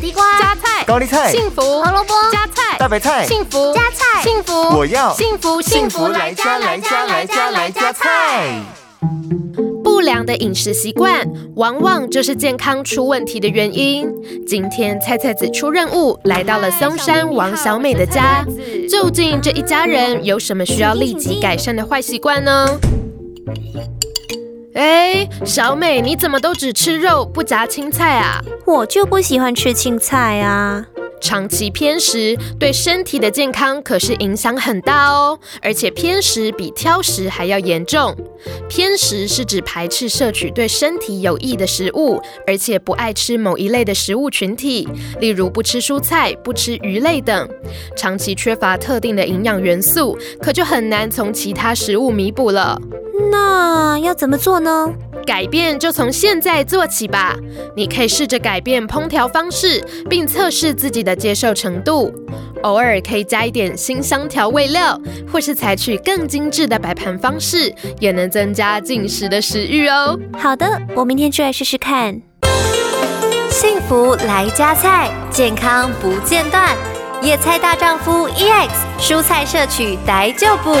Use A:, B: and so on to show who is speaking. A: 地瓜、
B: 加菜、
C: 高丽菜、
B: 幸福、
A: 胡萝卜、
B: 加菜、
C: 大白菜、
B: 幸福、
A: 加菜
B: 幸福，
C: 我要
B: 幸福
A: 幸福来家来家来家来家菜。
B: 不良的饮食习惯往往就是健康出问题的原因。今天菜菜子出任务，来到了松山王小美的家，究竟这一家人有什么需要立即改善的坏习惯呢？哎，小美，你怎么都只吃肉不夹青菜啊？
D: 我就不喜欢吃青菜啊。
B: 长期偏食对身体的健康可是影响很大哦，而且偏食比挑食还要严重。偏食是指排斥摄取对身体有益的食物，而且不爱吃某一类的食物群体，例如不吃蔬菜、不吃鱼类等。长期缺乏特定的营养元素，可就很难从其他食物弥补了。
D: 那要怎么做呢？
B: 改变就从现在做起吧。你可以试着改变烹调方式，并测试自己的接受程度。偶尔可以加一点辛香调味料，或是采取更精致的摆盘方式，也能增加进食的食欲哦。
D: 好的，我明天就来试试看。幸福来加菜，健康不 E 间断。野菜大丈夫 EX，蔬菜摄取逮就补。